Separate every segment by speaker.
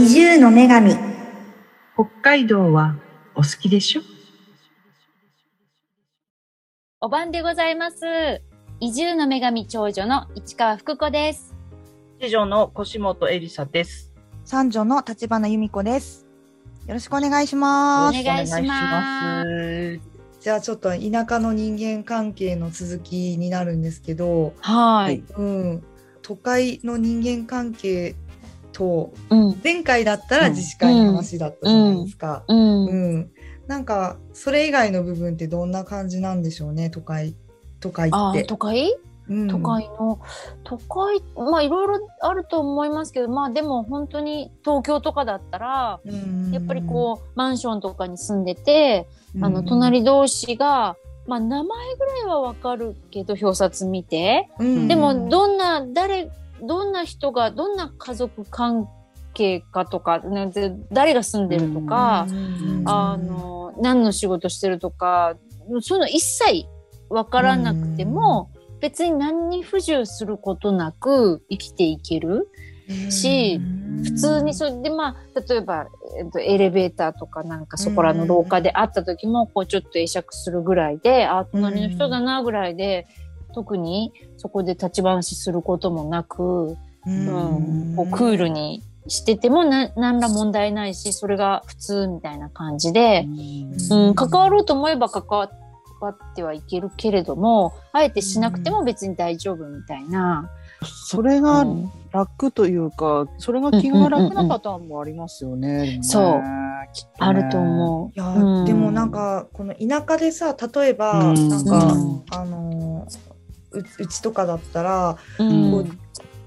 Speaker 1: 女神
Speaker 2: 北海道はお好きでしょ
Speaker 3: お晩でございます。移住の女神長女の市川福子です。
Speaker 4: 次女の腰本エリサです。。
Speaker 1: 三女の立花由美子です。よろしくお願いし
Speaker 3: お
Speaker 1: ま
Speaker 3: 願
Speaker 1: す。
Speaker 3: いします
Speaker 5: じゃあちょっと田舎の人間関係の続きになるんですけど、
Speaker 3: はい。
Speaker 5: うん、都会の人間関係と
Speaker 3: うん。
Speaker 5: 前回だったら自治会の話だったじゃないですか。
Speaker 3: う
Speaker 5: うん
Speaker 3: ん。
Speaker 5: なんかそれ以外の部分ってどんな感じなんでしょうね都会都会
Speaker 3: あ
Speaker 5: っ
Speaker 3: ー
Speaker 5: て。
Speaker 3: 都会
Speaker 5: うん
Speaker 3: 都会の、都会、まあいろいろあると思いますけど、まあでも本当に東京とかだったら、
Speaker 5: うん
Speaker 3: やっぱりこう、マンションとかに住んでて、
Speaker 5: うん
Speaker 3: あの、隣同士が、まあ名前ぐらいはわかるけど、表札見て。
Speaker 5: うん
Speaker 3: でも、どんな、誰、どんな人が、どんな家族関係かとか、なんて誰が住んでるとか、
Speaker 5: うん
Speaker 3: あの何の仕事してるとかそういうの一切わからなくても、別に何に不自由することなく生きていけるし、普通にそれでまあ例えば、えっと、エレベーターとかなんかそこらの廊下で会った時も、こうちょっと会釈するぐらいであ隣の人だなぐらいで、特にそこで立ち話することもなく。うん、こうクールにしててもな何ら問題ないしそれが普通みたいな感じで、うん、関わろうと思えば関わってはいけるけれどもあえてしなくても別に大丈夫みたいな。
Speaker 6: それが
Speaker 3: うん
Speaker 6: 楽というか、それが気が楽なパターンもありますよね。でもね
Speaker 3: そう。
Speaker 6: きっとね
Speaker 3: あると思
Speaker 5: いや、
Speaker 3: うん
Speaker 5: でもなんかこの田舎でさ例えば、
Speaker 6: うん
Speaker 5: なん
Speaker 3: う。
Speaker 5: か、
Speaker 3: うん
Speaker 5: あのううちとかだったら
Speaker 3: うん
Speaker 5: こう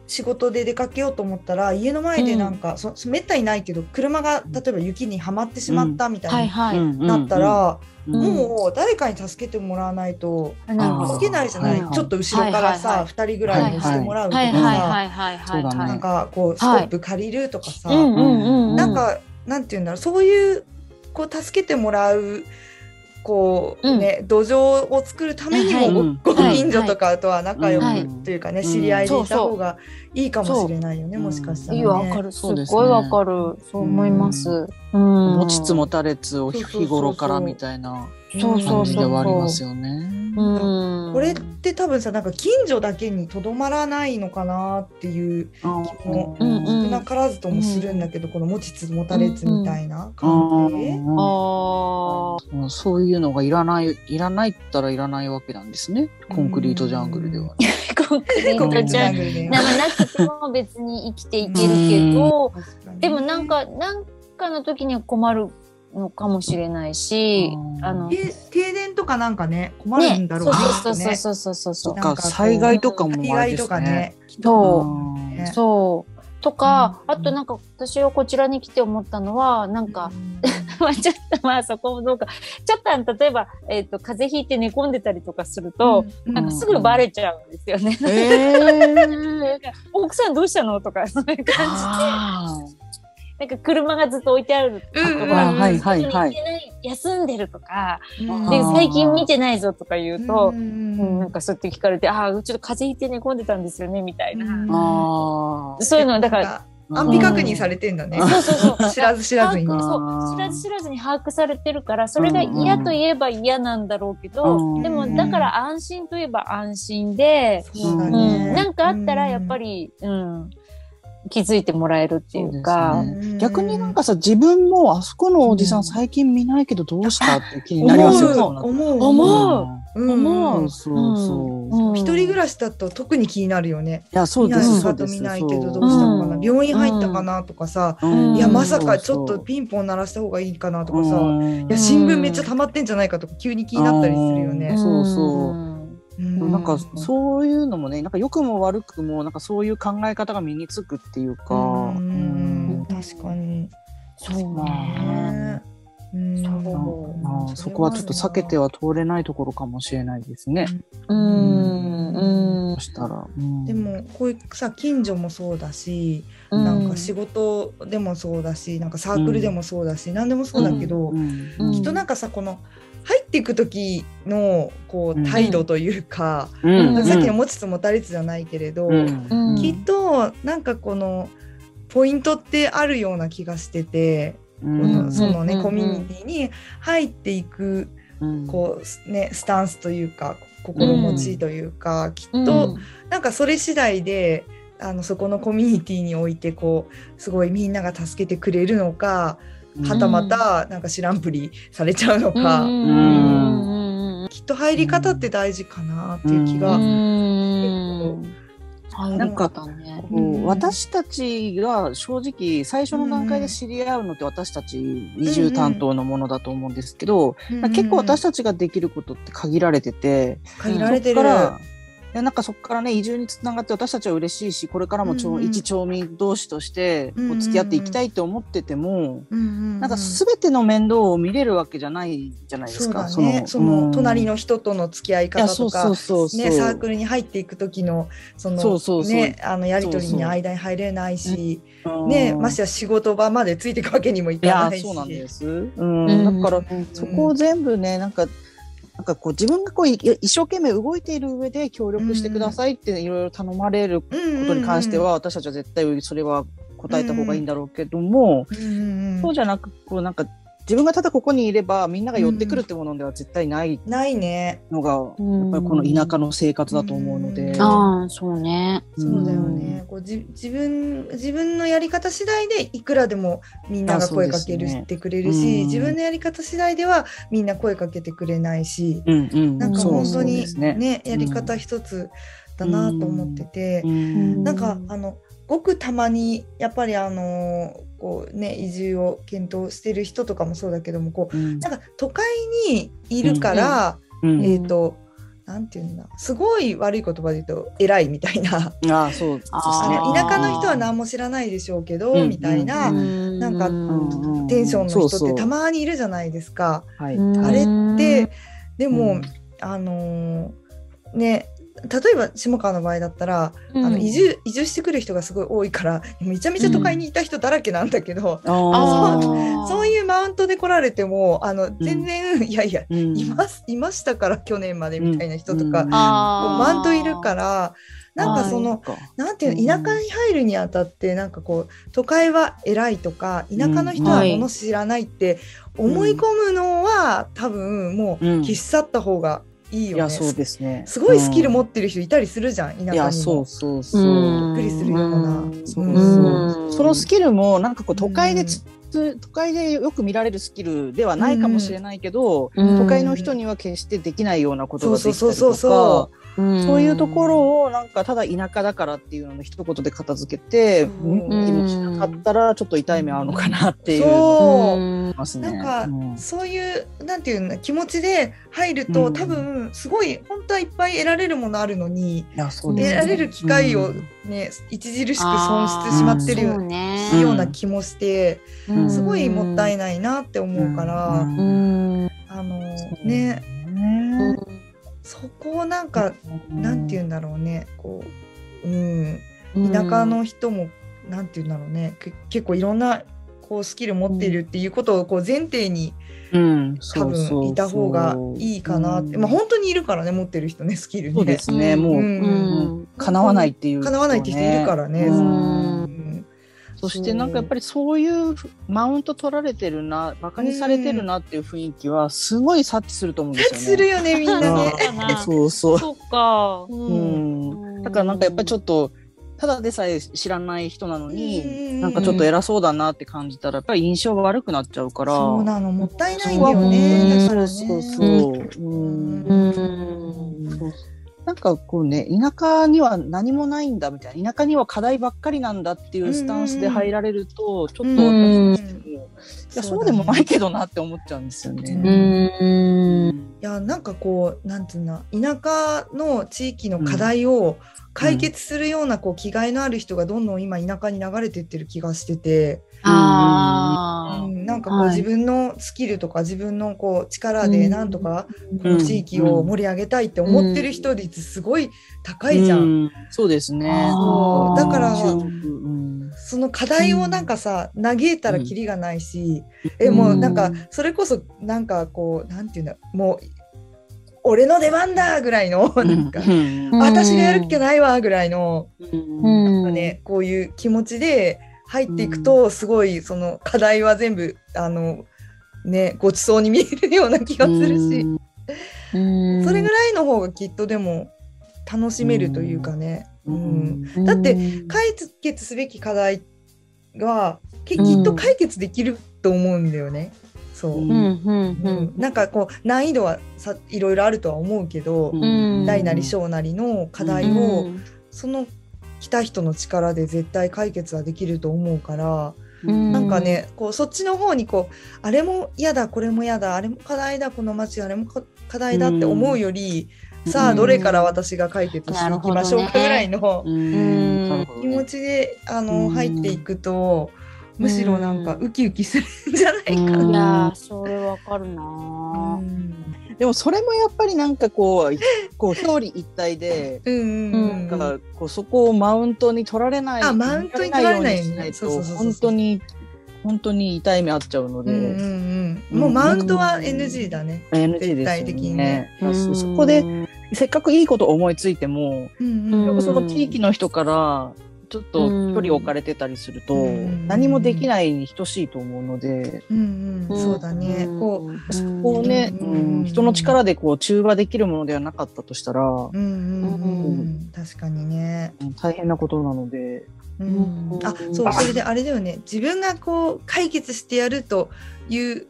Speaker 5: 仕事で出かけようと思ったら家の前でなんか、そそめったにないけど車が例えば雪にはまってしまったみた
Speaker 3: はいい
Speaker 5: に
Speaker 3: はい。
Speaker 6: うん
Speaker 5: なった、ら、
Speaker 6: うんうん
Speaker 3: うん
Speaker 5: もう誰かに助けてもらわないと
Speaker 3: なるほ
Speaker 6: あ
Speaker 3: ど
Speaker 5: 動けないじゃない、
Speaker 3: うん
Speaker 5: ちょっと後ろから
Speaker 3: はい
Speaker 5: さ、
Speaker 3: はい
Speaker 5: 二2人ぐらいにしてもらうとか
Speaker 3: は
Speaker 5: さ、
Speaker 3: いはいはいはいはい
Speaker 6: そうだ
Speaker 3: は
Speaker 5: なん
Speaker 6: ね
Speaker 3: い。
Speaker 5: かこうスコップ借りるとかさ、
Speaker 3: うんうんうんうん。
Speaker 5: なんかなんて言うんだろうそういうこう助けてもらうこうね、土壌を作るために
Speaker 3: はい
Speaker 5: も
Speaker 6: うん
Speaker 5: ご,、ご近所とかとは仲良
Speaker 3: は
Speaker 5: く
Speaker 6: い
Speaker 5: というかね、
Speaker 6: はい
Speaker 5: 知り合いでい
Speaker 3: そ
Speaker 5: うた
Speaker 3: そう
Speaker 5: 方がいいかもしれないよね、
Speaker 6: そう
Speaker 5: もしかしたら、
Speaker 3: い
Speaker 5: ね。
Speaker 3: いわかる。す
Speaker 6: そう
Speaker 3: っ
Speaker 6: ですね
Speaker 3: ごいわかる。そう思います。うん。
Speaker 6: 持ちつ持たれつを日頃からみたいな
Speaker 3: そうそ
Speaker 6: 感
Speaker 3: う
Speaker 6: じ
Speaker 3: そ
Speaker 6: で
Speaker 3: う
Speaker 6: はあります
Speaker 3: そ
Speaker 6: よね。
Speaker 3: う。うん。
Speaker 5: これって多分さなんか近所だけにとどまらないのかなっていう気も
Speaker 3: うんうん
Speaker 5: 少なからずともするんだけど、この持ちつ持たれつみたいな感じ、
Speaker 6: あ
Speaker 3: ああ。
Speaker 6: ーそういうのがいらない、いらないったらいらないわけなんですね。コンクリートジャングルでは。
Speaker 3: コンクリ
Speaker 5: コンクリート
Speaker 3: ートじ
Speaker 5: ジ
Speaker 3: ゃ
Speaker 5: ャングルで
Speaker 3: ななくても別に生きていけるけど、でもなんか、なんかの時には困るのかもしれないし、
Speaker 6: うん
Speaker 3: あの、ね、
Speaker 5: 停停電とかなんかね困るんだろうねきっ
Speaker 3: そ
Speaker 5: と
Speaker 3: うそう
Speaker 5: ね
Speaker 3: そうそうそうそ
Speaker 6: と
Speaker 3: う。
Speaker 5: なんか
Speaker 6: か、
Speaker 5: こう
Speaker 6: 災害とか
Speaker 5: 災
Speaker 6: もあれ
Speaker 5: 害
Speaker 6: で
Speaker 5: と
Speaker 6: す
Speaker 5: かね
Speaker 6: ね。
Speaker 3: そう
Speaker 5: ね
Speaker 3: そう。とか、
Speaker 5: うん
Speaker 3: あとなんか私はこちらに来て思ったのは、なんか、 まあちょっとまあそこもどうか、ちょっとあの例えば、えっ、と、風邪ひいて寝込んでたりとかすると、
Speaker 5: うん
Speaker 3: なんかすぐバレちゃうんですよ
Speaker 6: ん。
Speaker 3: ね。
Speaker 6: えー
Speaker 3: なんか奥さんどうしたのとか、 そういう感じ。
Speaker 6: あー
Speaker 3: なんか車がずっと置いてあるとか、
Speaker 5: うんうん
Speaker 6: あはいはい
Speaker 3: 外
Speaker 6: は
Speaker 3: に行
Speaker 6: い
Speaker 3: けない休んでるとか、
Speaker 6: うん
Speaker 3: で
Speaker 6: あー
Speaker 3: 最近見てないぞとか言うと、
Speaker 5: ん
Speaker 3: うんなんかそうやって聞かれて、ああ、ちょっと風邪ひいて寝込んでたんですよね、みたいな。
Speaker 5: うん
Speaker 6: あー
Speaker 3: そういうの、だから、
Speaker 5: 安否確認されてんだね。
Speaker 3: そうそう そう。
Speaker 5: 知らず知らずに。
Speaker 3: 把握
Speaker 6: あ
Speaker 3: そう
Speaker 6: ー
Speaker 3: 知らず知らずに把握されてるからそれが嫌といえば嫌なんだろうけど、
Speaker 6: うん
Speaker 3: でもだから安心といえば安心で、
Speaker 5: そうだ
Speaker 3: う
Speaker 5: ね
Speaker 3: んなんかあったらやっぱり、うん、気づいてもらえるっていう
Speaker 6: そう
Speaker 3: か
Speaker 6: ですね逆になんかさ自分もあそこのおじさん最近見ないけどどうしたって気になりますよね。
Speaker 5: 思う思う
Speaker 3: 思う
Speaker 5: うん
Speaker 3: 思
Speaker 6: う
Speaker 5: うん
Speaker 6: んそうそう。い
Speaker 3: うん
Speaker 5: 一人暮らしだと特に気になるよね。
Speaker 6: やそう
Speaker 5: 見
Speaker 6: で
Speaker 5: ない
Speaker 6: す
Speaker 5: 姿
Speaker 6: そうです。
Speaker 5: 見ないけど
Speaker 6: そ
Speaker 5: どうしたのか
Speaker 3: うん
Speaker 5: な。病院入ったかなとかさ。
Speaker 6: うん
Speaker 5: いや
Speaker 3: うん
Speaker 5: まさかちょっ
Speaker 6: そう
Speaker 5: と
Speaker 6: そう
Speaker 5: ピンポン鳴らした方がいいかなとか
Speaker 6: う
Speaker 5: さ。
Speaker 6: ん
Speaker 5: いや新聞めっちゃ溜まってんじゃないかとか急に気になったりするよ
Speaker 6: うん
Speaker 5: ね。
Speaker 6: そうそうん
Speaker 5: うん
Speaker 6: なんかそういうのもねなんか良くも悪くもなんかそういう考え方が身につくっていうか。
Speaker 5: うん確かに。
Speaker 3: そうね。
Speaker 5: ねうん
Speaker 3: そう
Speaker 6: あーそこはちょっと避けては通れないところかもしれないですね。
Speaker 3: うんうん
Speaker 6: そしたら、
Speaker 5: でもこういうさ近所もそうだし、
Speaker 3: うん
Speaker 5: なんか仕事でもそうだしなんかサークルでもそうだし、何でもそうだけど、
Speaker 6: うん、
Speaker 3: うん
Speaker 5: きっとなんかさこの入っていく時のこ
Speaker 6: うん
Speaker 5: う態度というか、
Speaker 6: うん
Speaker 3: うん
Speaker 5: さっきの持ちつ持たれつじゃないけれど、
Speaker 6: うん
Speaker 3: うん
Speaker 5: きっとなんかこのポイントってあるような気がしてて、
Speaker 6: うん
Speaker 5: そのね、
Speaker 3: うん
Speaker 5: コミュニティに入っていく
Speaker 6: うん
Speaker 5: こう、ね、スタンスというか心持ちというか、きっと、なんかそれ次第であのそこのコミュニティにおいてこうすごいみんなが助けてくれるのかはたまたなんか知らんぷりされちゃうのか、きっと入り方って大事かなっていう気が、
Speaker 3: なんかだね。
Speaker 6: こう私たちが正直最初の段階で知り合うのって私たち移住担当のものだと思うんですけど、
Speaker 5: うん
Speaker 6: 結構私たちができることって限られてて、
Speaker 5: 限られてる
Speaker 6: そっからいやなんかそこからね移住につながって私たちは嬉しいしこれからもち
Speaker 5: う
Speaker 6: ょ、
Speaker 5: んうん
Speaker 6: 一町民同士として
Speaker 5: うんうん
Speaker 6: こ
Speaker 5: う
Speaker 6: うん付き合っていきたいと思ってても、
Speaker 5: うんうんう
Speaker 6: なんか全ての面倒を見れるわけじゃないじゃないです
Speaker 5: そう
Speaker 6: か。
Speaker 5: だねその、
Speaker 6: うん
Speaker 5: 隣の人との付き合い
Speaker 6: いや
Speaker 5: 方
Speaker 6: そ
Speaker 5: と
Speaker 6: う
Speaker 5: か
Speaker 6: そうそうそう
Speaker 5: ね、サークルに入っていく時のその
Speaker 6: そうそうそう
Speaker 5: ね、あのやり取り
Speaker 6: そう
Speaker 5: に
Speaker 6: そう
Speaker 5: 間に入れないし、
Speaker 6: うん
Speaker 5: ね、ましてや仕事場までついていくわけにもい
Speaker 6: い
Speaker 5: か
Speaker 6: や
Speaker 5: ないし。
Speaker 6: そうなんですす。うん、だからそこを全部ねなんかなんかこう自分がこうい一生懸命動いている上で協力してくださいっていろいろ頼まれるこ
Speaker 5: こと
Speaker 6: に関しては、、私たちは絶対それは答えた方がいいんだろうけども、
Speaker 5: うんうんうん
Speaker 6: そうじゃなくこうなんか自分がただここにいればみんなが寄ってくるってものでは絶対ない
Speaker 5: ないね。
Speaker 6: のが、
Speaker 3: う
Speaker 6: や
Speaker 3: ん
Speaker 6: っぱりこの田舎の生活だと思うので。
Speaker 5: うん
Speaker 3: ああ、そうね。
Speaker 5: そうだよね。こうじ自分自分のやり方次第でいくらでもみんなが声かける、
Speaker 6: あそうですね
Speaker 5: してくれるし、
Speaker 6: うん
Speaker 5: 自分のやり方次第ではみんな声かけてくれないし、
Speaker 6: うんうん、
Speaker 5: なんか
Speaker 6: そう
Speaker 5: 本当
Speaker 6: そう
Speaker 5: に
Speaker 6: です
Speaker 5: ね
Speaker 6: ね
Speaker 5: やり方一つだなと思ってて、
Speaker 6: うん
Speaker 5: なんかあのごくたまにやっぱりあのこうね移住を検討してる人とかもそうだけどもこ
Speaker 6: うん
Speaker 5: うなんか都会にいるから、
Speaker 6: うん
Speaker 5: えっ、となんていうんだすごい悪い言葉で言うと偉いみたいな。
Speaker 6: ああそうですね
Speaker 3: あ
Speaker 5: あの
Speaker 3: ー。
Speaker 5: 田舎の人は何も知らないでしょうけど、
Speaker 6: うん
Speaker 5: みたいな、
Speaker 6: う
Speaker 5: なんか
Speaker 6: うん
Speaker 5: テンションの
Speaker 6: そう
Speaker 5: 人っ
Speaker 6: そ
Speaker 5: て
Speaker 6: う
Speaker 5: たまにいるじゃないですか。
Speaker 6: はい
Speaker 5: あれで、でも、
Speaker 6: うん
Speaker 5: あのーね例えば下川の場合だったら、あの移住移住してくる人がすごい多いからめちゃめちゃ都会にいた人だらけなんだけど、
Speaker 6: あー
Speaker 5: そういうマウントで来られてもあの全然、いやいや
Speaker 6: うん
Speaker 5: いますいましたから去年までみたいな人とか、
Speaker 6: うん
Speaker 5: こうマウントいるかららなんかその、
Speaker 6: あー
Speaker 5: なんていう
Speaker 6: うん
Speaker 5: の田舎に入るにあたってなんかこう都会は偉いとか田舎の人
Speaker 3: うん
Speaker 5: は
Speaker 3: はい
Speaker 5: もの知らないって思い込むのは多分も
Speaker 6: うん
Speaker 5: う必死だった方がいい
Speaker 6: い
Speaker 5: よ
Speaker 6: や
Speaker 5: ね。
Speaker 6: そうですね
Speaker 5: すごいスキル持ってる人いたりするじゃん
Speaker 6: う
Speaker 5: 田
Speaker 6: んい
Speaker 5: 舎
Speaker 6: や
Speaker 5: に
Speaker 6: そ
Speaker 5: も
Speaker 6: う。そうそう、
Speaker 3: うん
Speaker 5: びっくりするような。
Speaker 6: そう
Speaker 5: うん
Speaker 6: そうそのスキルもなんかこう
Speaker 5: うん
Speaker 6: 都会でつ、都会でよく見られるスキルではないかもしれないけど、
Speaker 3: うん
Speaker 6: 都会の人には決してできないようなことができたりと
Speaker 5: そう
Speaker 6: か
Speaker 5: そうそうそ
Speaker 6: そういうとこ
Speaker 3: を
Speaker 6: ろをなんかただ田舎だからっていうのの一言で片付けて、
Speaker 5: うん
Speaker 6: 見てもしなかったらちょっと痛い目合うのかなっていうのが
Speaker 5: そう
Speaker 6: ありますね。
Speaker 5: なんか
Speaker 6: うん
Speaker 5: そういうなんていうの気持ちで入ると、
Speaker 6: うん
Speaker 5: 多分すごい本当はいっぱい得られるものあるのに、
Speaker 6: いやそう
Speaker 5: 得
Speaker 6: です
Speaker 5: られ
Speaker 6: ね
Speaker 5: る機会を
Speaker 6: うん
Speaker 5: ね、著しく損してしまってるよう
Speaker 3: ね
Speaker 5: ような気もして。
Speaker 6: うん
Speaker 5: すごいもったい
Speaker 3: な
Speaker 5: ないなって思うから、
Speaker 6: うん
Speaker 3: うん
Speaker 5: あの
Speaker 6: そう
Speaker 5: ね
Speaker 6: ね
Speaker 5: そこをなんか、なんて言うんだろうねこう、うん、
Speaker 3: うん
Speaker 5: 田舎の人も、なんて言うんだろうねけ結構いろんなこうスキル持っているっていうことをこう前提に
Speaker 6: うん、
Speaker 5: 多分いた方がいいかなって、まあ、
Speaker 6: ん
Speaker 5: 本当にいるからね持ってる人ねスキル
Speaker 6: そうで
Speaker 5: ね。
Speaker 6: すね、もう、
Speaker 5: うん
Speaker 3: うん
Speaker 6: 叶わないっていう、
Speaker 5: 叶わないって人いるからね。
Speaker 6: う
Speaker 5: うんん
Speaker 6: そしてなんかやっぱりそういうマウント取られてるな、馬鹿にされてるなっていう雰囲気はすごい察知すると思うんですよね。
Speaker 5: するよねみんなね。
Speaker 6: うんそうそう。
Speaker 3: そうか。
Speaker 6: うん。だからなんかやっぱりちょっとただでさえ知らない人なのに、
Speaker 5: う
Speaker 6: なんかちょっと偉そうだなって感じたらやっぱり印象が悪くなっちゃうから。
Speaker 5: そうなのもったいないんだよね。
Speaker 3: うん
Speaker 5: だから
Speaker 6: そ
Speaker 5: ね
Speaker 6: うそうそう。うん
Speaker 3: うん
Speaker 6: なんかこうね田舎には何もないんだみたいな田舎には課題ばっかりなんだっていうスタンスで入られると、ちょっと
Speaker 3: うん
Speaker 6: 私たちもいやそうでもないけどなって思っちゃうんですよね。
Speaker 3: うん
Speaker 5: いやなんかこうなんていうの田舎の地域の課題を解決するようなこう気概のある人がどんどん今田舎に流れてってる気がしてて、
Speaker 3: あ
Speaker 5: うんなんかこう
Speaker 3: はい
Speaker 5: 自分のスキルとか自分のこう力でなんとかこ
Speaker 6: うん
Speaker 5: の地域を盛り上げたいって思ってる人率すごい高いじゃん。
Speaker 6: うそうですね。
Speaker 3: あー
Speaker 5: だから
Speaker 6: 中国うん
Speaker 5: その課題をなんかさ嘆いたらキリがないし、えもうなんかそれこそなんかこうなんていうんだもう俺の出番だぐらいのなんか
Speaker 6: う。ん
Speaker 3: う ん
Speaker 5: 私がやるっきゃないわぐらいの、
Speaker 6: うん
Speaker 3: うん
Speaker 5: ねこういう気持ちで入っていくとすごいその課題は全部あのねごちそうに見えるような気がするし、
Speaker 3: うん
Speaker 5: それぐらいの方がきっとでも楽しめるというかね、うんだって解決すべき課題がききっと解決できると思うんだよね。そう、
Speaker 3: うんうんう
Speaker 5: うんんなんかこう難易度はさいろいろあるとは思うけど、
Speaker 3: うん
Speaker 5: 大なり小なりの課題を、その来た人の力で絶対解決はできると思うから、
Speaker 3: うん
Speaker 5: なんかねこうそっちの方にこうあれも嫌だこれも嫌だあれも課題だこの街あれもか課題だって思うより、さ
Speaker 3: う
Speaker 5: あ
Speaker 3: ん
Speaker 5: どれから私が解決していきましょうかぐらいの
Speaker 6: うんなるほど
Speaker 5: 気
Speaker 6: ね
Speaker 5: 持ちであの、
Speaker 6: うん
Speaker 5: 入っていくとむしろなんかウキウキするんじゃないかな。
Speaker 3: いやーそれわかるな
Speaker 6: でもそれもやっぱりなんかこうこう表裏一体で
Speaker 5: うんうんうん
Speaker 6: なんかこうそこをマウントに取られない
Speaker 5: あマウントに取られないよね
Speaker 6: 取られようにし
Speaker 5: そ
Speaker 6: な
Speaker 5: う
Speaker 6: い
Speaker 5: そうそ
Speaker 6: と
Speaker 5: うそう
Speaker 6: 本当に本当に痛い目あっちゃうの
Speaker 5: うんう
Speaker 6: で
Speaker 5: んう
Speaker 6: うん
Speaker 5: ん、もうマウントは
Speaker 6: うん
Speaker 5: NG だね。
Speaker 6: NG
Speaker 5: 絶
Speaker 6: で
Speaker 5: 対
Speaker 6: す
Speaker 5: 的
Speaker 6: よ
Speaker 5: に
Speaker 6: ね
Speaker 5: ね。
Speaker 6: だしそこでせっかくいいこと思いついても
Speaker 5: うん
Speaker 3: う
Speaker 5: うんん
Speaker 6: その地域の人からちょっと距離置かれてたりすると
Speaker 5: うん
Speaker 6: 何もできないに等しいと思うので
Speaker 5: うんうん、そうだね。こ
Speaker 3: う
Speaker 6: そこをね
Speaker 5: うん
Speaker 6: うん人の力でこう中和できるものではなかったとしたら
Speaker 5: う、うんうんうんうん、確かにね。
Speaker 6: うん大変なことなので。
Speaker 5: うん
Speaker 3: うん
Speaker 5: あそうそれであれだよね自分がこう解決してやるという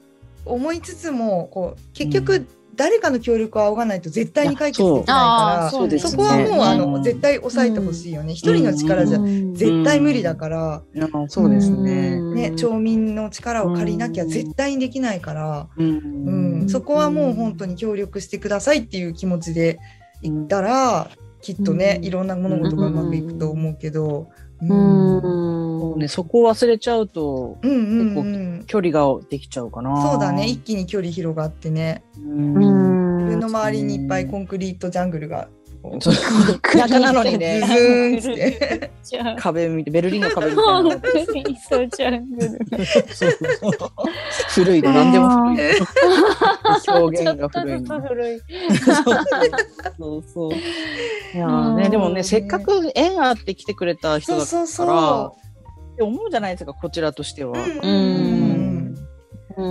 Speaker 5: 思いつつもこう結
Speaker 6: う
Speaker 5: 局誰かの協力を仰がないと絶対に解決できないから
Speaker 3: あ
Speaker 5: そ,、
Speaker 3: そうですね
Speaker 5: こはもう、あの
Speaker 6: うん
Speaker 5: 絶対抑えてほしいよね一、人の力じゃ絶対無理だから、
Speaker 6: あそうですね。
Speaker 5: ね、町民の力を借りなきゃ
Speaker 6: うん
Speaker 5: 絶対にできないから、
Speaker 6: う
Speaker 5: うんんそこはもう本当に協力してくださいっていう気持ちでいったら、きっとね
Speaker 6: うん
Speaker 5: いろんな物事がうまくいくと思うけど、うん
Speaker 3: うん
Speaker 6: そうね、そこを忘れちゃうと
Speaker 5: うんうんう
Speaker 6: 結
Speaker 5: ん
Speaker 6: 距離ができちゃうかな。
Speaker 5: そうだね一気に距離広がってね
Speaker 6: うん。
Speaker 5: 自分の周りにいっぱいコンクリートジャングルがこう
Speaker 6: そう田舎なのに
Speaker 5: ズ
Speaker 6: ね、
Speaker 5: ズーンって
Speaker 3: じゃあ
Speaker 6: 壁見てベルリンの壁みたい な
Speaker 3: 本。当にそうじゃんぐる
Speaker 6: そうそうそう古いの何でも古いの。表現が古い
Speaker 3: ちょ
Speaker 6: の
Speaker 3: っとずつ。古い
Speaker 6: そうそう。いやーね、でもね、せっかく縁があって来てくれた人
Speaker 5: そう
Speaker 6: だか
Speaker 5: そう
Speaker 6: ら
Speaker 5: そ、
Speaker 6: って思うじゃないですか、こちらとしては
Speaker 5: う。うん
Speaker 6: うん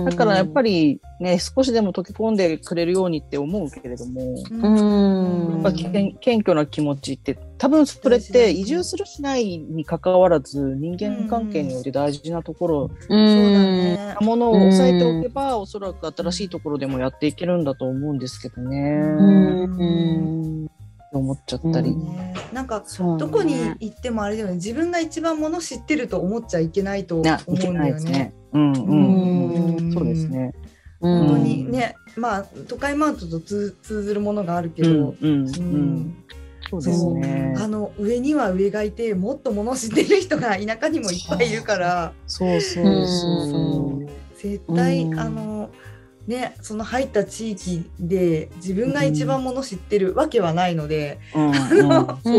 Speaker 6: だからやっぱ
Speaker 3: り
Speaker 6: りね、少しでも溶け込んでくれるようにって思うけれども、
Speaker 5: う
Speaker 3: うんん
Speaker 5: やっ
Speaker 6: ま
Speaker 5: ぱ
Speaker 6: あ、けん謙虚な気持ちって多分それって移住するしないに関わらず人間関係において大事なところ
Speaker 5: そうだね
Speaker 6: なものを抑えておけばおそらく新しいところでもやっていけるんだと思うんですけど
Speaker 3: う
Speaker 6: ね。
Speaker 3: ん
Speaker 6: 思っちゃったり。
Speaker 5: ねなんか
Speaker 3: そうね
Speaker 5: どこに行ってもあれだよね自分が一番もの知ってると思っちゃいけないと思
Speaker 6: な
Speaker 5: う
Speaker 6: いけ
Speaker 5: ん
Speaker 6: な
Speaker 5: だ
Speaker 6: い
Speaker 5: よ
Speaker 6: です
Speaker 5: ね
Speaker 6: ね。。うんうんうん
Speaker 5: うん
Speaker 6: そうですね。
Speaker 3: 本
Speaker 5: 本当
Speaker 6: う
Speaker 5: に
Speaker 6: ん
Speaker 5: ね、まあ都会マウントと通通ずるものがあるけ
Speaker 6: う
Speaker 5: ど、
Speaker 6: んうんう。
Speaker 5: うん
Speaker 6: そうですね。
Speaker 5: あの上には上がいてもっと物知ってる人が田舎にもいっぱいいるから
Speaker 6: そうそうそうう。
Speaker 5: 絶対、
Speaker 3: うん
Speaker 5: あのねその入った地域で自分が一番物知ってるわけはないので、
Speaker 6: うんうんそうそう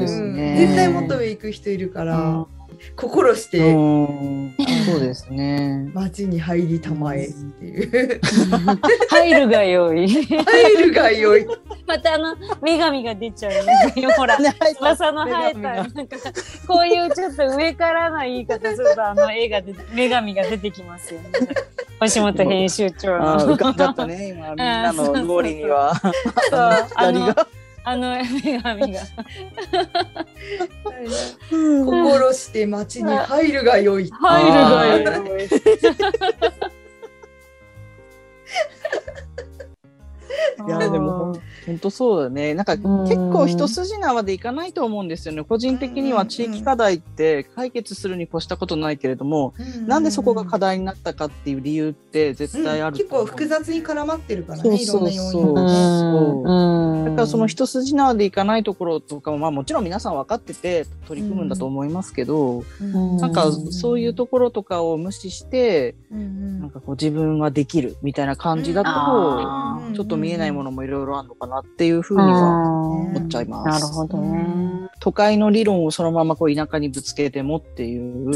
Speaker 6: ですね。
Speaker 5: 絶対もっと上行く人いるから、
Speaker 6: うん
Speaker 5: 心して
Speaker 6: うんそうですね。
Speaker 5: 町に入りたまえっていう、
Speaker 3: 入るがよい
Speaker 5: 入るがよい
Speaker 3: またあの女神が出ちゃう よほら翼の生えたなんかこういうちょっと上からの言い方するとあの絵が出て女神が出てきます よね星本編集長
Speaker 6: あー浮
Speaker 3: の
Speaker 6: かんじゃったね、今、みんなの脳裏には。
Speaker 3: そうあ
Speaker 6: 二人
Speaker 3: の
Speaker 6: が。
Speaker 3: あの女神が
Speaker 5: 心して町に入るがよい。
Speaker 3: 入るがよい
Speaker 6: よい。いや、でも、本当そうだね。なんか、結構一筋縄でいかないと思うんですよね。個人的には地域課題って解決するに越したことないけれども、なんでそこが課題になったかっていう理由って絶対ある
Speaker 5: 結
Speaker 6: と思
Speaker 5: 構
Speaker 6: う。
Speaker 5: 複雑に絡まってるから
Speaker 6: そう
Speaker 5: ね
Speaker 6: そ
Speaker 5: いろ
Speaker 6: う
Speaker 5: んな
Speaker 6: そ
Speaker 5: 要因が
Speaker 6: う。
Speaker 5: ね。
Speaker 6: そうだからその
Speaker 3: 人
Speaker 6: 一筋縄でいかないところとかも、まあ、もちろん皆さん分かってて取り組むんだと思いますけど、
Speaker 3: うん
Speaker 6: なんかそういうところとかを無視して、
Speaker 5: うん
Speaker 6: なんかこう自分はできるみたいな感じだと、
Speaker 3: あ
Speaker 6: ちょっと見えない
Speaker 5: の
Speaker 6: ものもいろいろあるのかなっていうふうには思っちゃいます。
Speaker 3: なるほどね。
Speaker 6: 都会の理論をそのままこう田舎にぶつけてもっていう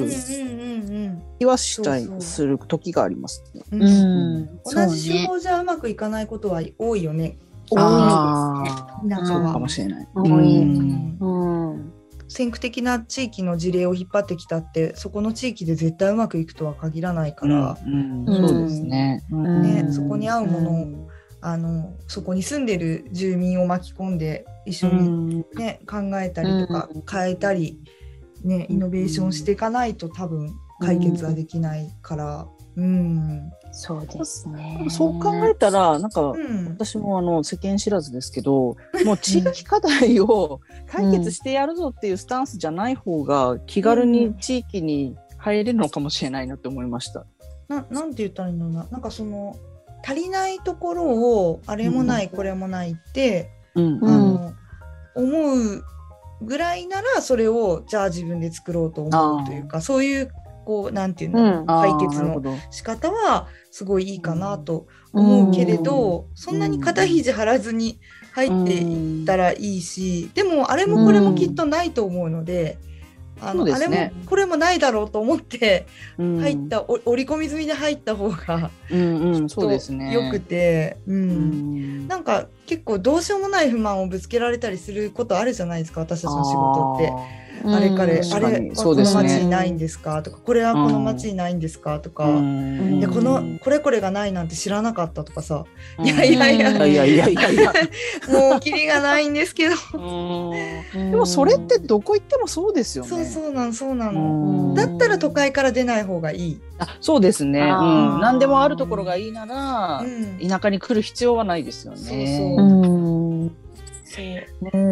Speaker 6: 気はしちゃい、
Speaker 5: そうそう
Speaker 6: する時がありますね。
Speaker 5: う
Speaker 3: うんん。
Speaker 5: 同じ
Speaker 3: そう
Speaker 5: 手
Speaker 3: ね
Speaker 5: 法じゃうまくいかないことは多いよね。
Speaker 3: 多いですね
Speaker 6: あー
Speaker 5: 田舎
Speaker 6: そう
Speaker 5: は
Speaker 6: かもしれない。
Speaker 3: 多い
Speaker 6: うん
Speaker 5: うん
Speaker 3: うん。
Speaker 5: 先駆的な地域の事例を引っ張ってきたってそこの地域で絶対うまくいくとは限らないから、
Speaker 6: うん
Speaker 3: うん
Speaker 6: そうですね。
Speaker 3: んう
Speaker 5: ね
Speaker 3: ん
Speaker 5: そこに合うものを、あのそこに住んでる住民を巻き込んで一緒に、ね考えたりとか
Speaker 3: うん
Speaker 5: 変えたり、ね、イノベーションしていかないと多分解決はできないから。うん
Speaker 3: そうですね
Speaker 6: うん。そう考えたらなんか
Speaker 5: うん
Speaker 6: 私もあの世間知らずです けど、もう地域課題を解決してやるぞっていうスタンスじゃない方が気軽に地域に入れるのかもしれないなって思いました。
Speaker 5: ななんて言ったらいいのかななんかその足りないところをあれもないこれもないって、
Speaker 6: うん
Speaker 3: うん
Speaker 5: あの思うぐらいならそれをじゃあ自分で作ろうと思うというかそういうこうなんていうの、
Speaker 3: うん
Speaker 6: あー
Speaker 5: 解決の
Speaker 6: なるほど
Speaker 5: 仕方はすごいいいかなと思うけれど、そんなに肩肘張らずに入っていったらいいし、でもあれもこれもきっとないと思うので。あの
Speaker 6: そうで
Speaker 5: あ
Speaker 6: す
Speaker 5: れ
Speaker 6: ね
Speaker 5: もこれもないだろうと思って
Speaker 6: うん
Speaker 5: 入った、お折り込み済みで入った方が
Speaker 6: うんうん、そうですね。
Speaker 5: よくて、う、
Speaker 6: うんん、
Speaker 5: なんか結構どうしようもない不満をぶつけられたりすることあるじゃないですか私たちの仕事って。あれかれ、
Speaker 3: うん
Speaker 5: あ
Speaker 6: 確か
Speaker 5: れ
Speaker 6: に
Speaker 5: は
Speaker 6: そ
Speaker 5: こ
Speaker 6: うで
Speaker 5: の
Speaker 6: すね
Speaker 5: 町にないんですかとかこれはこの町にないんですかとか、
Speaker 6: うん
Speaker 5: で
Speaker 3: うん
Speaker 5: このこれこれがないなんて知らなかったとか さ、
Speaker 6: うん
Speaker 5: いやいやいや、
Speaker 3: うん
Speaker 6: いやいやいや いや
Speaker 5: もうキリがないんですけど
Speaker 6: でもそれってどこ行ってもそうですよね。
Speaker 5: そうそうなんそうな
Speaker 6: う
Speaker 5: の、
Speaker 6: ん
Speaker 5: だったら都会から出ない方がいい、
Speaker 6: あそうですね。う
Speaker 3: あー
Speaker 6: ん、何でもあるところがいいなら
Speaker 5: う、ん
Speaker 6: 田舎に来る必要はないですよね。
Speaker 5: そう
Speaker 3: うん
Speaker 6: ね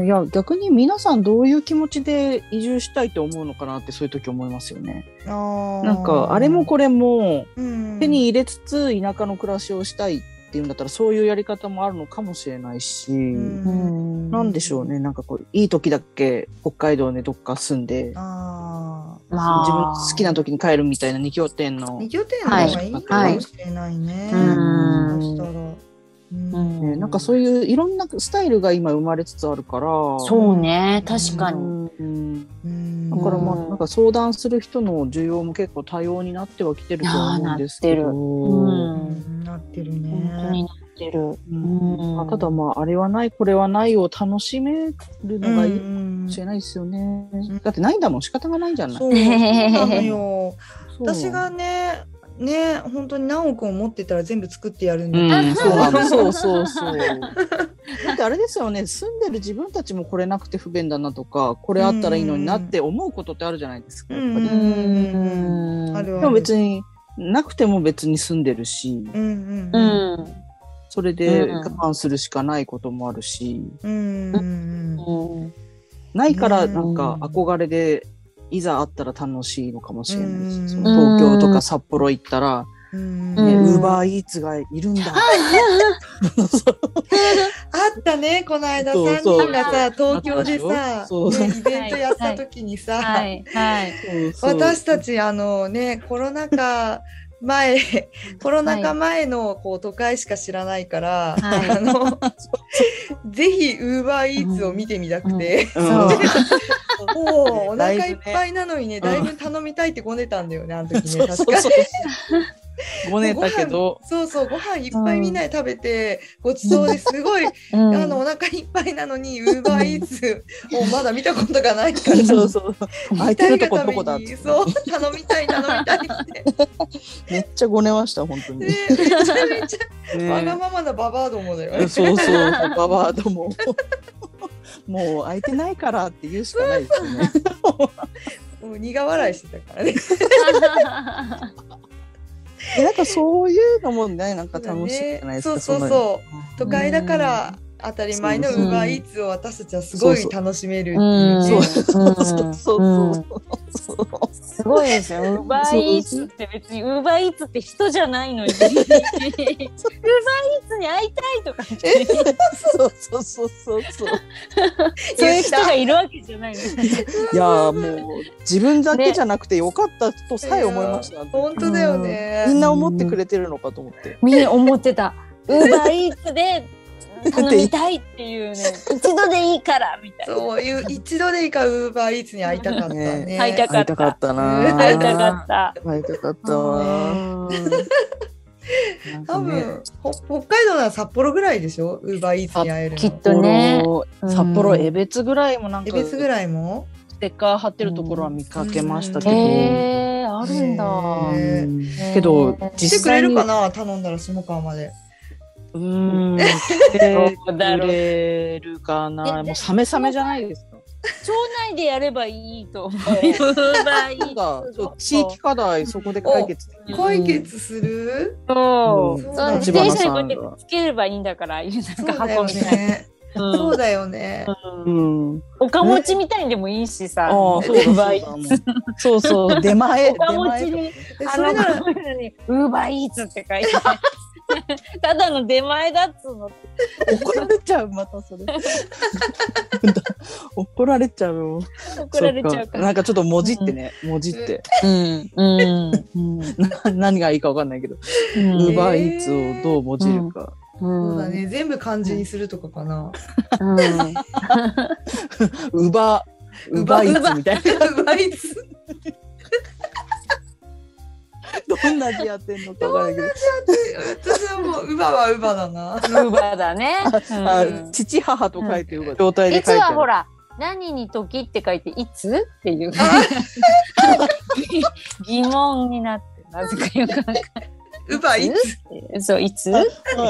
Speaker 6: いや逆に皆さんどういう気持ちで移住したいと思うのかなってそういう時思いますよね。
Speaker 5: あー
Speaker 6: なんかあれもこれも
Speaker 5: うん
Speaker 6: 手に入れつつ田舎の暮らしをしたいっていうんだったらそういうやり方もあるのかもしれないし、
Speaker 5: うん
Speaker 6: なんでしょうねなんかこういい時だけ北海道でどっか住んで
Speaker 5: ああ
Speaker 3: まあ
Speaker 6: 自分の好きな時に帰るみたいな二拠点の
Speaker 5: 二、拠点の方がいいかもしれないね、
Speaker 3: はい
Speaker 6: は
Speaker 5: そしたら、うん
Speaker 3: うん
Speaker 6: ねなんかそういういろんなスタイルが今生まれつつあるから
Speaker 3: そうね確かに。
Speaker 6: に
Speaker 5: うん
Speaker 6: だからまあ
Speaker 3: うん
Speaker 6: なんか相談する人の需要も結構多様になってはきてると思うんですけ
Speaker 3: いや
Speaker 6: ど、
Speaker 3: ー
Speaker 6: うん
Speaker 5: うんなってるね
Speaker 3: 本当になってる。ん
Speaker 6: まあただまああれはないこれはないを楽しめるのがいいか
Speaker 5: うん
Speaker 6: もしれないですよね、
Speaker 5: ん
Speaker 6: だってないんだもん仕方がないんじゃない
Speaker 5: そうそうなのよ
Speaker 6: そう
Speaker 5: 私がねね本当に何億を持ってたら全部作ってやるんだけど、
Speaker 6: うん、そうなのそうそ うそう。だってあれですよね住んでる自分たちもこれなくて不便だなとかこれあったらいいのになって思うことってあるじゃないですかやっぱり。
Speaker 5: うん
Speaker 3: うん
Speaker 5: あるあ
Speaker 6: でも
Speaker 5: る
Speaker 6: 別になくても別に住んでるし
Speaker 5: うんう
Speaker 3: うんん。
Speaker 6: それで
Speaker 3: うん
Speaker 6: 我慢するしかないこともあるし
Speaker 5: うんうんうん
Speaker 3: うん
Speaker 6: ないから
Speaker 5: うん
Speaker 6: なんか憧れでいざあったら楽しいのかもしれないです
Speaker 5: うん
Speaker 6: その東京とか札幌行ったら
Speaker 5: うん
Speaker 3: う
Speaker 6: ね
Speaker 3: ん
Speaker 6: ウーバーイーツがいるんだ。
Speaker 5: あったねこの間
Speaker 6: そう
Speaker 5: 3
Speaker 6: そう
Speaker 5: 人がさ東京でさ、
Speaker 6: そう
Speaker 5: ねイベントやった時にさ、
Speaker 3: はいはい。
Speaker 5: 私た
Speaker 6: ち
Speaker 5: ちあのねコロナ禍前 コロナ禍前のこう都会しか知らないから、
Speaker 3: はい
Speaker 5: あの ぜひウーバーイーツを見てみたくて、
Speaker 3: そう。
Speaker 5: もうお
Speaker 6: だいぶ
Speaker 5: 腹
Speaker 6: ね
Speaker 5: いっぱいなのにねだいぶ頼みたいってごねたんだよねあの時
Speaker 6: そ
Speaker 5: ね
Speaker 6: う
Speaker 5: 確
Speaker 6: そう
Speaker 5: か
Speaker 6: そう。ごねたけど。
Speaker 5: そうそうご飯いっぱいみんなで食べてごちそうですごいあ
Speaker 3: うん
Speaker 5: のお腹いっぱいなのにウーバーイーツをまだ見たことがないから
Speaker 6: そうそう。空いてるとこどこだっ
Speaker 5: 見たいがために
Speaker 6: て。
Speaker 5: そう頼みたい頼みたいって
Speaker 6: めっちゃごねました、本当
Speaker 5: ね
Speaker 6: に。
Speaker 5: めちゃめちゃわが
Speaker 6: ね
Speaker 5: ままなババアどもだよね
Speaker 6: そうそう、ババアども。もう空いてないからって言うしかないですね。
Speaker 5: もう苦笑いしてたからね
Speaker 6: えなんかそういうのもね、なんか楽しいじゃないです
Speaker 5: そ
Speaker 6: か。
Speaker 5: うそう
Speaker 6: の
Speaker 5: そう都会だから当たり前のウ
Speaker 3: そう
Speaker 5: ーバーイーツを私たちはすごい楽しめるっていううんね
Speaker 6: そう
Speaker 3: うん
Speaker 6: そうそうそう
Speaker 3: すごいですよ。ウーバーイーツって別にウーバーイーツって人じゃないのに。ウーバーイーツに会いたいとかって
Speaker 6: そうそうそうそうそう。
Speaker 3: そういう人がいるわけじゃないのに。
Speaker 6: いやーもう自分だけじゃなくてよかったとさえ思いました。
Speaker 5: 本当だよ
Speaker 6: みん
Speaker 5: ね。
Speaker 6: な思ってくれてるのかと思って。
Speaker 3: みんな思ってた。ウーバーイーツで頼みたいっていうね。一度でいいからみたいな。
Speaker 5: そういう一度でいいかウーバーイーツに会いたかった
Speaker 6: ね
Speaker 5: ね。
Speaker 3: 会いた
Speaker 6: 会いたかったな。
Speaker 3: 会いたかっ
Speaker 6: た。
Speaker 3: た。
Speaker 6: 会いたかったわ。
Speaker 5: 多
Speaker 6: なんかね
Speaker 5: 分ほ北海道なら札幌ぐらいでしょウーバーイーツに会える
Speaker 3: きっ
Speaker 5: の。
Speaker 3: とね。
Speaker 6: 札幌
Speaker 3: うん
Speaker 6: 江別ぐらいもなん
Speaker 5: え
Speaker 6: か
Speaker 5: べつぐらいも
Speaker 6: テカー貼ってるところは見かけましたけど、
Speaker 3: へえあるんだ。
Speaker 5: へえ
Speaker 6: うんけど
Speaker 5: 来て
Speaker 6: 実
Speaker 5: くれ
Speaker 6: 際
Speaker 5: る
Speaker 6: に
Speaker 5: かな頼んだら下川まで。
Speaker 6: う ーん来て
Speaker 3: どうだろ
Speaker 6: く
Speaker 3: う
Speaker 6: れるかなもうサメサメじゃないですか。
Speaker 3: 町内でやればいいと思う場合。
Speaker 6: なんかそう地域課題そこで解決できる
Speaker 5: 解決する？
Speaker 3: そうう。
Speaker 5: ん
Speaker 3: そ
Speaker 5: そう
Speaker 3: の自
Speaker 6: だ
Speaker 3: 転
Speaker 6: ね
Speaker 3: 車にこうやってつければいいんだから、なん
Speaker 5: そう
Speaker 3: か
Speaker 5: だよ
Speaker 3: 箱みたいな。
Speaker 5: ね。
Speaker 3: うん
Speaker 5: そうだよね。
Speaker 6: うん、
Speaker 3: 岡持ちみたいにでもいいしさ。
Speaker 6: ああそうだそ
Speaker 3: ウー
Speaker 6: う
Speaker 3: バ
Speaker 6: だ
Speaker 3: ーイー
Speaker 6: もうそうそう出前出
Speaker 3: 岡持
Speaker 6: 前
Speaker 3: ち
Speaker 6: とか
Speaker 3: に、
Speaker 5: え
Speaker 3: あ
Speaker 5: それ
Speaker 3: の、
Speaker 5: なら
Speaker 3: こういうのに ウーバーイーツって書いて。ただの出前だっつうの。
Speaker 6: 怒られちゃうまたそれ 怒られちゃうよ
Speaker 3: 怒られちゃう
Speaker 6: そっ
Speaker 3: か。
Speaker 6: からなんかちょっともじってね、もじって
Speaker 3: うん。うん。うん。
Speaker 6: な何がいいかわかんないけど、
Speaker 3: う
Speaker 6: ウ
Speaker 3: ん
Speaker 6: ーバーイーツをどうもじるか、
Speaker 5: そうだね全部漢字にするとかかな。
Speaker 3: うん
Speaker 6: ウーバーウーバーイーツみたい な
Speaker 5: ウバイツ。
Speaker 6: どんな字やってんのかわからない
Speaker 5: 私はもうウバはウバだ な。
Speaker 3: ウーバーだね。
Speaker 6: け
Speaker 3: う
Speaker 6: ど
Speaker 3: ん
Speaker 6: あ父母と書いてウーバー状態で書
Speaker 3: い
Speaker 6: い
Speaker 3: つ
Speaker 6: てある
Speaker 3: はほら、何に時って書いて、いつっていう。 疑問になって、なぜかよくわかんない
Speaker 5: ウバイツ。
Speaker 3: そう、いつ
Speaker 6: は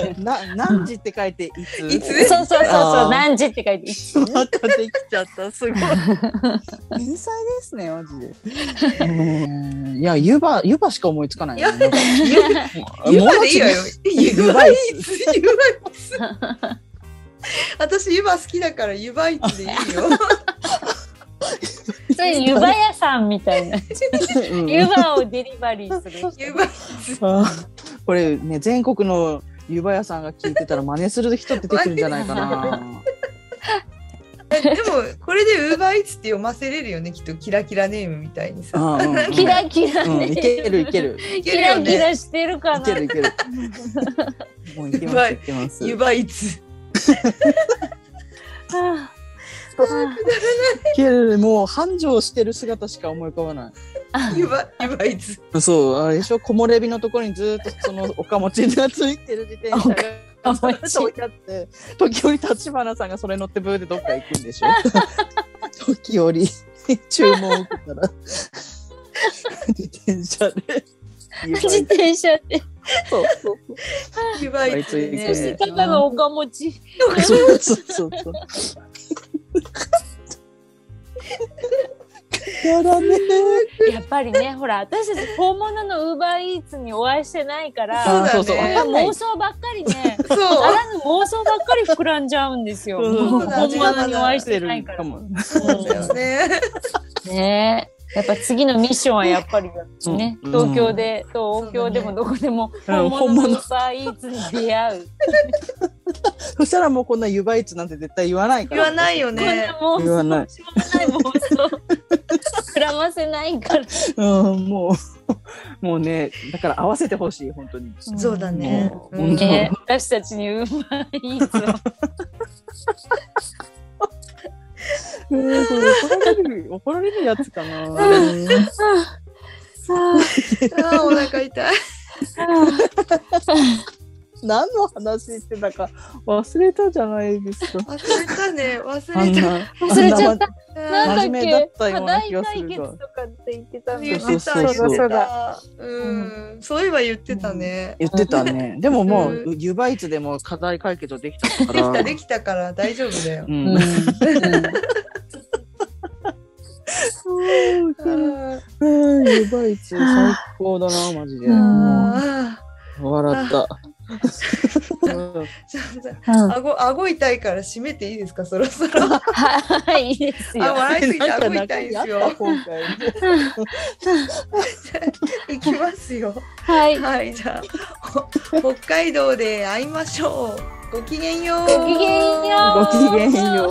Speaker 6: い な何時って書いていつ
Speaker 5: いつ
Speaker 3: そうそうそう
Speaker 6: あ
Speaker 3: そ
Speaker 6: ー
Speaker 3: う、何時って書いて、いつ。
Speaker 6: またできちゃったすごい天才ですねマジでうんいや湯葉湯葉しか思いつかない
Speaker 5: いや
Speaker 6: ななんか
Speaker 5: ユバでいいわよ。ユバイツ。ユバイツ。私ユバ好きだからユバイツでいいよ。
Speaker 3: それ、湯葉屋さんみたいな。
Speaker 6: うん
Speaker 3: 湯葉をデリバリーする。
Speaker 5: ユバイ
Speaker 6: あこれね全国の湯葉屋さんが聞いてたら真似する人出てくるんじゃないかな
Speaker 5: ツ。でもこれでウバイツって読ませれるよねきっとキラキラネームみたいにさ。
Speaker 6: うんうん
Speaker 3: キラキラ
Speaker 6: うん
Speaker 3: ね。
Speaker 6: いけるいける
Speaker 5: い
Speaker 3: キ
Speaker 5: けるよ
Speaker 3: ラキ
Speaker 5: ね。
Speaker 3: ラしてるか
Speaker 6: いけ
Speaker 3: な
Speaker 6: る。いけるもういけますいけます
Speaker 5: ユバイツ。
Speaker 3: あ
Speaker 6: いけるもう繁盛してる姿しか思い浮かばない
Speaker 5: ユバユバイツ。
Speaker 6: そう、あれでしょ、木漏れ日のところにずっとそのおかもちがついてる自転車が。
Speaker 3: おかもち
Speaker 6: ずっ と置いてあって時折立花さんがそれ乗ってブーでどっか行くんで しょ時折注文を受けたら自転車で
Speaker 3: 自転車って、
Speaker 6: そうそう
Speaker 5: ユバイツで
Speaker 6: ユバイツ
Speaker 3: そし
Speaker 6: で
Speaker 3: て
Speaker 5: ね。
Speaker 3: ただのおかもち。
Speaker 6: そうそうそうそうやだね
Speaker 3: やっぱりね、ほら、私たち本物のウーバーイーツにお会いしてないから、
Speaker 5: そうだね
Speaker 6: あ
Speaker 5: わ
Speaker 6: そう
Speaker 5: かん
Speaker 3: 妄想ばっかり ね、
Speaker 5: そう。
Speaker 3: あらぬ妄想ばっかり膨らんじゃうんですよ。
Speaker 6: そう
Speaker 5: そう
Speaker 3: 本物にお会いしてないか。
Speaker 6: からも
Speaker 5: そうだよね。
Speaker 3: ねえ。やっぱ次のミッションはやっぱりね、
Speaker 6: うん
Speaker 3: 東京で、東京で
Speaker 5: そ
Speaker 3: も
Speaker 5: う
Speaker 3: どこでも
Speaker 6: うん
Speaker 3: 本物のウーバーイーツに出会う。
Speaker 6: そしたらもうこんな湯葉イツなんて絶対言わないか
Speaker 5: 言
Speaker 6: ら
Speaker 5: わないよ
Speaker 3: こんな
Speaker 5: ね。
Speaker 3: 妄
Speaker 6: 言わない
Speaker 3: 想、しょうがない妄想、膨らませないから。
Speaker 6: うん、もう、もうね、だから合わせてほしい、本当に。
Speaker 5: そうだね。
Speaker 6: もう
Speaker 5: うん
Speaker 6: 本
Speaker 3: ね、私たちにウーバーイーツを。
Speaker 6: うんそう怒られる、怒られるやつかな。うん
Speaker 5: あーお腹痛い。
Speaker 6: 何の話してたか忘れたじゃないですか。
Speaker 5: 忘れたね。忘
Speaker 6: あ
Speaker 5: れ
Speaker 6: ん
Speaker 5: た。
Speaker 6: な
Speaker 3: 忘れちゃった。
Speaker 5: あ
Speaker 3: な
Speaker 6: 真
Speaker 3: んだっ
Speaker 6: 面目だっ
Speaker 3: け
Speaker 6: たよう
Speaker 3: 課
Speaker 6: な気
Speaker 3: 題
Speaker 6: がす
Speaker 3: 解
Speaker 6: る
Speaker 3: 決
Speaker 6: が
Speaker 3: とかって言ってたんだ
Speaker 5: 言
Speaker 3: よ
Speaker 5: ってた言
Speaker 6: そうそう
Speaker 5: っ
Speaker 6: そ
Speaker 5: て
Speaker 6: う
Speaker 5: た。うん。そういえば言ってたね。
Speaker 6: 言ってたね。でももう
Speaker 5: う、
Speaker 6: 湯葉イツでも課題解決できたか
Speaker 5: でき
Speaker 6: ら。
Speaker 5: たできたから大丈夫だよ
Speaker 6: う。ん。
Speaker 5: あ
Speaker 6: うん、湯葉イツ最高だな、マジで。
Speaker 5: ー
Speaker 6: も
Speaker 5: あ
Speaker 6: う笑った。うん
Speaker 5: ー。ちょっと
Speaker 3: うん
Speaker 5: 顎顎痛いから締めていいですかそろそろ。 あ
Speaker 3: はい、いいですよ。
Speaker 5: 笑いすぎて
Speaker 6: なん
Speaker 5: 顎
Speaker 6: か
Speaker 5: 痛いんです
Speaker 6: 中にあ
Speaker 5: よ
Speaker 6: った。今回
Speaker 5: いきますよ。
Speaker 3: はい。
Speaker 5: はいじゃあほ北海道で会いましょう。ごきげんよう。
Speaker 3: ごきげんよう。
Speaker 6: ごきげんよう。